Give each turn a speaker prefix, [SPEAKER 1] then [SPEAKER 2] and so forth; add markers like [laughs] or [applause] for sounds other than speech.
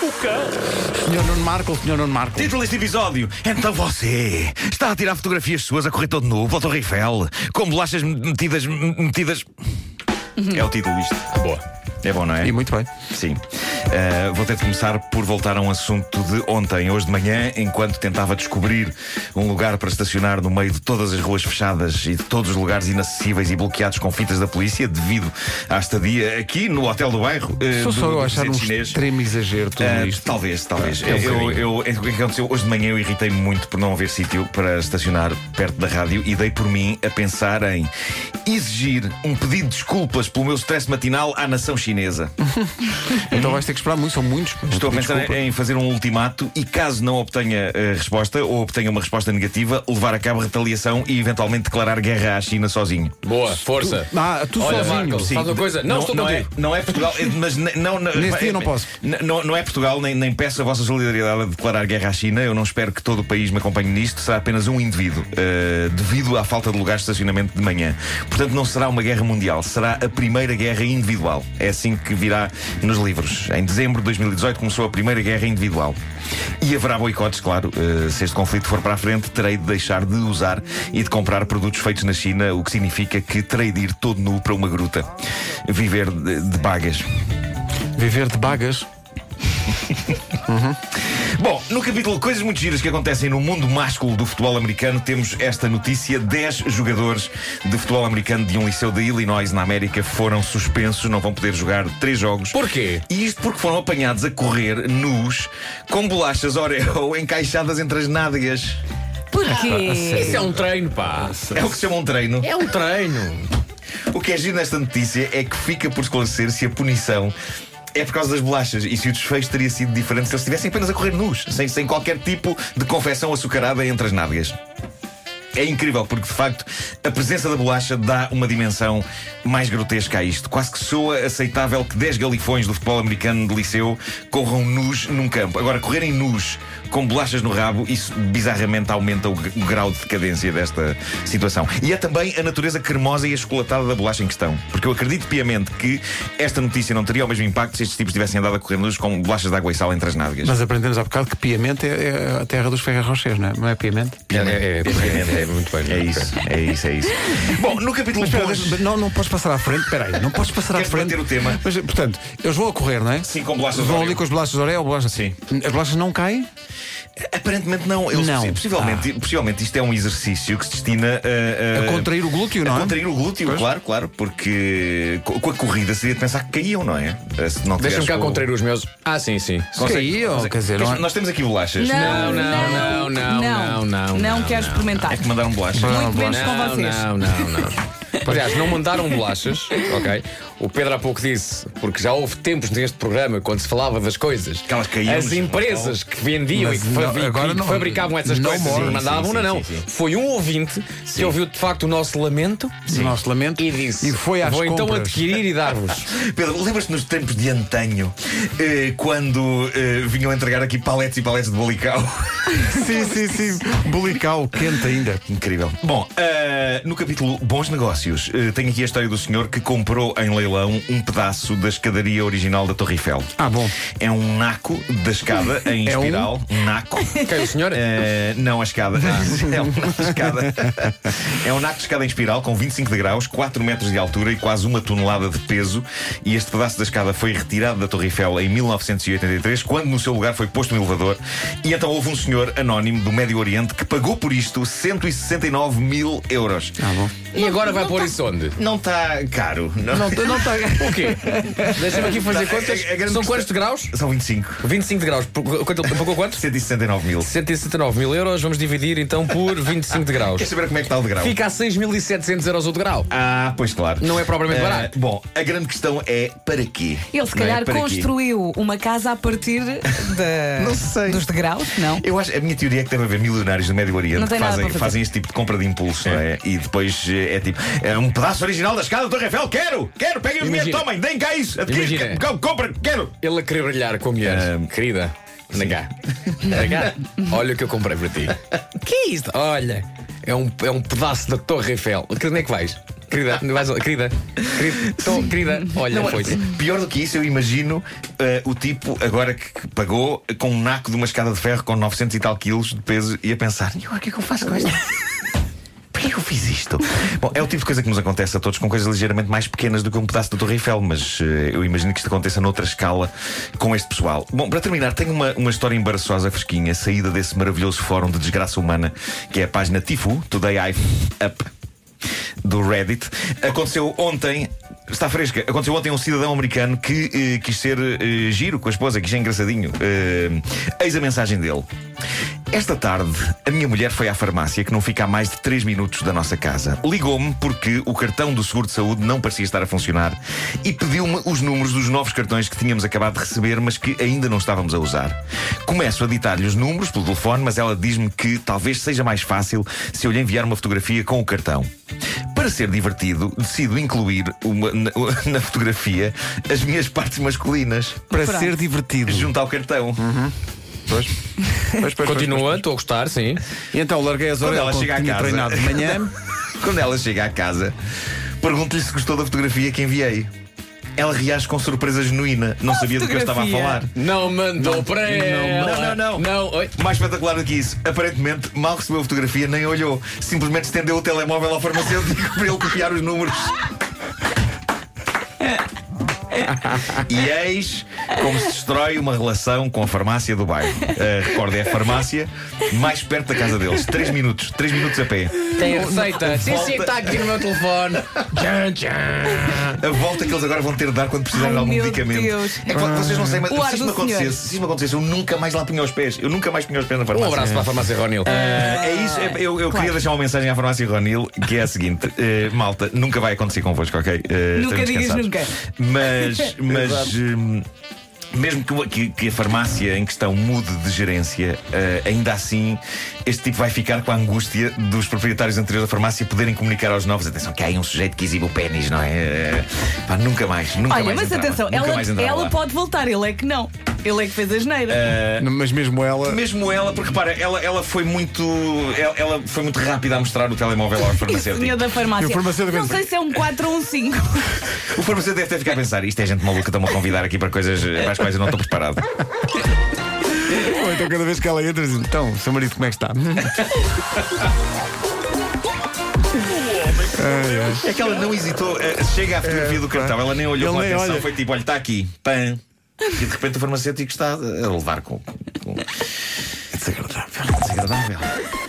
[SPEAKER 1] boca!
[SPEAKER 2] Senhor Nuno Marco, senhor Nuno Marco.
[SPEAKER 1] Título deste episódio. Então você está a tirar fotografias suas a correr todo nu, para o Torre Eiffel, com bolachas metidas. metidas. É o título disto.
[SPEAKER 2] Boa.
[SPEAKER 1] É bom, não é?
[SPEAKER 2] E muito bem.
[SPEAKER 1] Sim. Uh, vou ter de começar por voltar a um assunto de ontem, hoje de manhã, enquanto tentava descobrir um lugar para estacionar no meio de todas as ruas fechadas e de todos os lugares inacessíveis e bloqueados com fitas da polícia devido à estadia aqui no hotel do bairro. Uh,
[SPEAKER 2] Sou
[SPEAKER 1] do-
[SPEAKER 2] só
[SPEAKER 1] do
[SPEAKER 2] eu a achar um
[SPEAKER 1] presidente chinês.
[SPEAKER 2] extremo exagero tudo
[SPEAKER 1] Ah,
[SPEAKER 2] isto.
[SPEAKER 1] Talvez, talvez.
[SPEAKER 2] Ah, é um
[SPEAKER 1] eu,
[SPEAKER 2] bocadinho.
[SPEAKER 1] eu- é o que aconteceu hoje de manhã eu irritei-me muito por não haver sítio para estacionar perto da rádio e dei por mim a pensar em exigir um pedido de desculpas pelo meu stress matinal à nação chinesa.
[SPEAKER 2] Então vais ter que esperar muito, são muitos.
[SPEAKER 1] Estou a
[SPEAKER 2] Desculpa.
[SPEAKER 1] pensar em fazer um ultimato e, caso não obtenha eh, resposta ou obtenha uma resposta negativa, levar a cabo retaliação e eventualmente declarar guerra à China sozinho.
[SPEAKER 3] Boa, força.
[SPEAKER 2] Ah, tu
[SPEAKER 3] Olha,
[SPEAKER 2] sozinho.
[SPEAKER 3] Marco,
[SPEAKER 2] Sim.
[SPEAKER 3] faz uma coisa. Não, estou
[SPEAKER 1] não é,
[SPEAKER 3] contigo.
[SPEAKER 1] não é Portugal, eh, mas ne- não, não,
[SPEAKER 2] Nesse dia
[SPEAKER 1] eh,
[SPEAKER 2] não posso.
[SPEAKER 1] n- Não, não é Portugal, nem, nem peço a vossa solidariedade a declarar guerra à China. Eu não espero que todo o país me acompanhe nisto. Será apenas um indivíduo, eh, devido à falta de lugares de estacionamento de manhã. Portanto, não será uma guerra mundial, será a primeira guerra individual. É assim que virá nos livros. Em dezembro de 2018 começou a primeira guerra individual. E haverá boicotes, claro. Eh, se este conflito for para a frente, terei de deixar de usar e de comprar produtos feitos na China, o que significa que terei de ir todo nu para uma gruta. Viver de, de bagas.
[SPEAKER 2] Viver de bagas.
[SPEAKER 1] Bom, no capítulo Coisas Muito Giras que acontecem no mundo másculo do futebol americano, temos esta notícia: 10 jogadores de futebol americano de um liceu de Illinois, na América, foram suspensos, não vão poder jogar três jogos.
[SPEAKER 3] Porquê?
[SPEAKER 1] E isto porque foram apanhados a correr nus com bolachas Oreo [laughs] encaixadas entre as nádegas.
[SPEAKER 4] Porquê?
[SPEAKER 3] Isso é um treino, pá.
[SPEAKER 1] É o que se chama um treino.
[SPEAKER 3] É um treino.
[SPEAKER 1] O que é giro nesta notícia é que fica por esclarecer se a punição é por causa das bolachas e se o desfecho teria sido diferente se eles estivessem apenas a correr nus, sem, sem qualquer tipo de confecção açucarada entre as nádegas. É incrível porque, de facto, a presença da bolacha dá uma dimensão mais grotesca a isto. Quase que soa aceitável que 10 galifões do futebol americano de liceu corram nus num campo. Agora, correrem nus com bolachas no rabo, isso bizarramente aumenta o g- o grau de decadência desta situação. E é também a natureza cremosa e achocolatada da bolacha em questão. Porque eu acredito piamente que esta notícia não teria o mesmo impacto se estes tipos tivessem andado a correr nus com bolachas de água e sal entre as nádegas.
[SPEAKER 2] Mas aprendemos há bocado que Piamente é, é a terra dos ferros rochers, não é? Não é Piamente?
[SPEAKER 3] É, é, é,
[SPEAKER 1] Piamente.
[SPEAKER 3] é, é muito bem.
[SPEAKER 1] É isso, é isso, é isso. Bom, no capítulo
[SPEAKER 2] Mas espera,
[SPEAKER 1] bons-
[SPEAKER 2] deixa- não, não podes passar à frente, peraí, não podes passar à
[SPEAKER 1] Queres
[SPEAKER 2] frente.
[SPEAKER 1] manter o tema?
[SPEAKER 2] Mas, portanto, eles vão a correr, não é?
[SPEAKER 1] Sim, com bolachas
[SPEAKER 2] Vão
[SPEAKER 1] Oreo.
[SPEAKER 2] ali com as bolachas Oreo, bolachas.
[SPEAKER 1] Sim.
[SPEAKER 2] As bolachas não caem?
[SPEAKER 1] Aparentemente não. Eles
[SPEAKER 2] Não. Ah.
[SPEAKER 1] possi- Possivelmente, possivelmente isto é um exercício que se destina a,
[SPEAKER 2] Eh, A contrair o glúteo, não
[SPEAKER 1] a
[SPEAKER 2] é?
[SPEAKER 1] contrair o glúteo, claro, claro, porque co- com a corrida seria de pensar que caíam, não é? Eh, se
[SPEAKER 3] Deixa-me
[SPEAKER 1] não tiveres
[SPEAKER 3] cá
[SPEAKER 1] o-
[SPEAKER 3] contrair os meus. Ah, sim, sim.
[SPEAKER 1] Consegue-
[SPEAKER 2] Caíam,
[SPEAKER 1] consegue-
[SPEAKER 2] quer dizer, não é-
[SPEAKER 1] Nós temos aqui bolachas.
[SPEAKER 3] Não, não, não, não, não, não,
[SPEAKER 4] Não
[SPEAKER 3] não,
[SPEAKER 4] quero
[SPEAKER 3] não.
[SPEAKER 4] experimentar.
[SPEAKER 1] É que mandaram bolachas.
[SPEAKER 4] Muito menos com
[SPEAKER 3] não,
[SPEAKER 4] vocês.
[SPEAKER 3] não, não, não. Aliás, não mandaram bolachas, ok? O Pedro há pouco disse, porque já houve tempos neste programa quando se falava das coisas.
[SPEAKER 1] Que elas caíam
[SPEAKER 3] As
[SPEAKER 1] nos-
[SPEAKER 3] empresas que vendiam
[SPEAKER 2] Mas
[SPEAKER 3] e que, fabric-
[SPEAKER 2] não, agora
[SPEAKER 3] que
[SPEAKER 2] não-
[SPEAKER 3] fabricavam essas
[SPEAKER 2] não
[SPEAKER 3] coisas
[SPEAKER 2] morre.
[SPEAKER 3] e mandavam,
[SPEAKER 1] Sim, sim,
[SPEAKER 3] não, não.
[SPEAKER 1] sim, sim.
[SPEAKER 3] Foi um ouvinte que ouviu de facto o nosso lamento
[SPEAKER 2] O nosso lamento.
[SPEAKER 3] e disse:
[SPEAKER 2] E foi às
[SPEAKER 3] Vou então
[SPEAKER 2] compras.
[SPEAKER 3] adquirir e dar-vos.
[SPEAKER 1] Pedro, lembras-te nos tempos de antanho, eh, quando eh, vinham entregar aqui paletes e paletes de bolicau?
[SPEAKER 2] [laughs]
[SPEAKER 1] [laughs]
[SPEAKER 2] Sim, sim, sim. Bulical, quente ainda.
[SPEAKER 1] É Incrível. Bom, ah, no capítulo Bons Negócios, eh, tenho aqui a história do senhor que comprou em leilão um pedaço da escadaria original da Torre Eiffel.
[SPEAKER 2] Ah, bom.
[SPEAKER 1] É um naco da escada
[SPEAKER 2] [laughs]
[SPEAKER 1] em
[SPEAKER 2] É um?
[SPEAKER 1] espiral. Um naco.
[SPEAKER 3] Quem, o
[SPEAKER 2] É.
[SPEAKER 3] senhor?
[SPEAKER 1] Eh, não
[SPEAKER 3] [laughs]
[SPEAKER 1] a escada. É um naco de escada. É um naco de escada em espiral com 25 degraus, 4 metros de altura e quase uma tonelada de peso. E este pedaço da escada foi retirado da Torre Eiffel em 1983, quando no seu lugar foi posto um elevador. E então houve um senhor anónimo do Médio Oriente que pagou por isto 169 mil euros.
[SPEAKER 2] Ah, bom.
[SPEAKER 3] E agora vai pôr isso onde?
[SPEAKER 1] Não está caro. Não.
[SPEAKER 2] Não, não está.
[SPEAKER 3] O
[SPEAKER 1] [laughs]
[SPEAKER 3] quê? Deixa-me aqui fazer
[SPEAKER 1] Tá,
[SPEAKER 3] contas.
[SPEAKER 1] a- a grande
[SPEAKER 3] São
[SPEAKER 1] questão-
[SPEAKER 3] quantos de graus?
[SPEAKER 1] São 25.
[SPEAKER 3] 25 de graus. Por- Quanto, pagou quanto?
[SPEAKER 1] 169 mil.
[SPEAKER 3] 169 mil euros, vamos dividir então por 25 de graus.
[SPEAKER 1] Queres saber como é que está o degrau?
[SPEAKER 3] Fica a 6.700 euros o degrau.
[SPEAKER 1] Ah, pois claro.
[SPEAKER 3] Não é propriamente
[SPEAKER 1] Ah,
[SPEAKER 3] barato.
[SPEAKER 1] Bom, a grande questão é para quê?
[SPEAKER 4] Ele se
[SPEAKER 1] Não é?
[SPEAKER 4] calhar
[SPEAKER 1] Para quê?
[SPEAKER 4] construiu uma casa a partir da-
[SPEAKER 1] Não sei.
[SPEAKER 4] dos degraus, não?
[SPEAKER 1] Eu acho, a minha teoria é que deve haver milionários do Médio Oriente
[SPEAKER 4] Não
[SPEAKER 1] que
[SPEAKER 4] tem nada
[SPEAKER 1] fazem,
[SPEAKER 4] para fazer.
[SPEAKER 1] fazem este tipo de compra de impulso, não é? E depois eh, é tipo, é um pedaço original da escada do Torre Eiffel, quero, quero, peguem o dinheiro,
[SPEAKER 3] Imagina.
[SPEAKER 1] tomem, deem cá isso, adquirem,
[SPEAKER 3] Imagina.
[SPEAKER 1] co- compra, quero.
[SPEAKER 3] Ele a querer brilhar com a mulher.
[SPEAKER 1] Ahm,
[SPEAKER 3] Querida, anda cá. Anda cá. Olha o que eu comprei para ti. que é isto? Olha, é um, é um pedaço da Torre Eiffel. Que onde é que vais? Querida, mais uma- querida, querida, tô- querida, olha,
[SPEAKER 1] Não, é.
[SPEAKER 3] foi.
[SPEAKER 1] Pior do que isso, eu imagino eh, o tipo, agora que, que pagou, com um naco de uma escada de ferro com 900 e tal quilos de peso e a pensar: e agora o que é que eu faço
[SPEAKER 3] [laughs]
[SPEAKER 1] com isto? Porquê que eu fiz isto? Bom, é o tipo de coisa que nos acontece a todos com coisas ligeiramente mais pequenas do que um pedaço da Torre Eiffel, mas eh, eu imagino que isto aconteça noutra escala com este pessoal. Bom, para terminar, tenho uma, uma história embaraçosa fresquinha, saída desse maravilhoso fórum de desgraça humana, que é a página Tifu, Today I F Up do Reddit. Aconteceu ontem. Está fresca. Aconteceu ontem um cidadão americano que eh, quis ser eh, giro com a esposa, quis ser engraçadinho. Eh, eis a mensagem dele. Esta tarde, a minha mulher foi à farmácia, que não fica a mais de 3 minutos da nossa casa. Ligou-me porque o cartão do seguro de saúde não parecia estar a funcionar e pediu-me os números dos novos cartões que tínhamos acabado de receber, mas que ainda não estávamos a usar. Começo a ditar-lhe os números pelo telefone, mas ela diz-me que talvez seja mais fácil se eu lhe enviar uma fotografia com o cartão. Para ser divertido, decido incluir uma- na, [laughs] na fotografia as minhas partes masculinas,
[SPEAKER 2] Para
[SPEAKER 4] Pronto.
[SPEAKER 2] ser divertido.
[SPEAKER 1] junto ao cartão.
[SPEAKER 2] Uhum. Pois. Pois, pois, pois,
[SPEAKER 3] Continua,
[SPEAKER 2] pois.
[SPEAKER 3] estou a gostar, sim.
[SPEAKER 2] E então larguei as
[SPEAKER 1] Quando
[SPEAKER 2] orelhas
[SPEAKER 1] ela
[SPEAKER 2] quando
[SPEAKER 1] chega à
[SPEAKER 2] tinha
[SPEAKER 1] casa.
[SPEAKER 2] treinado de
[SPEAKER 1] [laughs]
[SPEAKER 2] manhã.
[SPEAKER 1] Quando ela chega à casa, pergunto-lhe se gostou da fotografia que enviei. Ela reage com surpresa genuína, não sabia do que eu estava a
[SPEAKER 4] fotografia.
[SPEAKER 1] falar.
[SPEAKER 3] Não mandou para ela.
[SPEAKER 1] não, não, não.
[SPEAKER 3] Não, oi.
[SPEAKER 1] Mais espetacular do que isso, aparentemente mal recebeu a fotografia, nem olhou, simplesmente estendeu o telemóvel ao farmacêutico [laughs] para ele copiar os números. E eis como se destrói uma relação com a farmácia do bairro. Uh, recorda, é a farmácia mais perto da casa deles. Três minutos, três minutos a pé.
[SPEAKER 3] Tem a receita. Sim, sim,
[SPEAKER 1] Volta.
[SPEAKER 3] está aqui no meu telefone. [laughs] Tchan, tchan.
[SPEAKER 1] A volta que eles agora vão ter de dar quando precisarem
[SPEAKER 4] Ai,
[SPEAKER 1] de algum
[SPEAKER 4] meu
[SPEAKER 1] medicamento.
[SPEAKER 4] Deus.
[SPEAKER 1] É que vocês não sabem, mas
[SPEAKER 4] O ar
[SPEAKER 1] se isto,
[SPEAKER 4] do
[SPEAKER 1] me acontecesse,
[SPEAKER 4] senhor.
[SPEAKER 1] se isto me acontecesse, eu nunca mais lá punha os pés. Eu nunca mais punha os pés na
[SPEAKER 3] Um
[SPEAKER 1] farmácia.
[SPEAKER 3] abraço para a farmácia Ronil.
[SPEAKER 1] Ah, é isso, é- eu, eu queria deixar uma mensagem à farmácia Ronil que é a seguinte: [laughs] eh, malta, nunca vai acontecer convosco, ok? Eh,
[SPEAKER 4] Nunca
[SPEAKER 1] estamos
[SPEAKER 4] digas
[SPEAKER 1] descansados.
[SPEAKER 4] nunca. [laughs]
[SPEAKER 1] Mas, mas hum, mesmo que, que- que a farmácia em questão mude de gerência, eh, ainda assim, este tipo vai ficar com a angústia dos proprietários anteriores da farmácia poderem comunicar aos novos: atenção, que há aí um sujeito que exibe o pênis, não é? Eh, pá, nunca mais, nunca
[SPEAKER 4] Olha,
[SPEAKER 1] mais.
[SPEAKER 4] mas
[SPEAKER 1] entrava,
[SPEAKER 4] atenção,
[SPEAKER 1] nunca
[SPEAKER 4] ela,
[SPEAKER 1] mais entrava
[SPEAKER 4] ela
[SPEAKER 1] lá.
[SPEAKER 4] pode voltar, ele é que não. Ele é que fez a geneira.
[SPEAKER 2] Mas mesmo ela.
[SPEAKER 1] Mesmo ela, porque repara, ela, ela foi muito. Ela, ela foi muito rápida a mostrar o telemóvel ao
[SPEAKER 4] E o senhor
[SPEAKER 1] farmacêutico.
[SPEAKER 4] da
[SPEAKER 2] E
[SPEAKER 4] farmácia.
[SPEAKER 2] o farmacêutico
[SPEAKER 4] Não
[SPEAKER 2] pensa-
[SPEAKER 4] sei se é um 4 ou um 5.
[SPEAKER 1] O farmacêutico deve ter ficado a pensar, isto é gente maluca, estão-me a convidar aqui para coisas para as quais eu não estou preparado.
[SPEAKER 2] Ou então cada vez que ela entra, diz então, seu marido, como é que
[SPEAKER 1] [laughs]
[SPEAKER 2] está?
[SPEAKER 1] É que ela não hesitou, eh, chega à fotografia do cartão, ela nem olhou com
[SPEAKER 2] Ele nem
[SPEAKER 1] atenção,
[SPEAKER 2] olha.
[SPEAKER 1] foi tipo, olha, está aqui, pam. E de repente o farmacêutico está a levar com. com...
[SPEAKER 2] Desagradável.
[SPEAKER 1] Desagradável.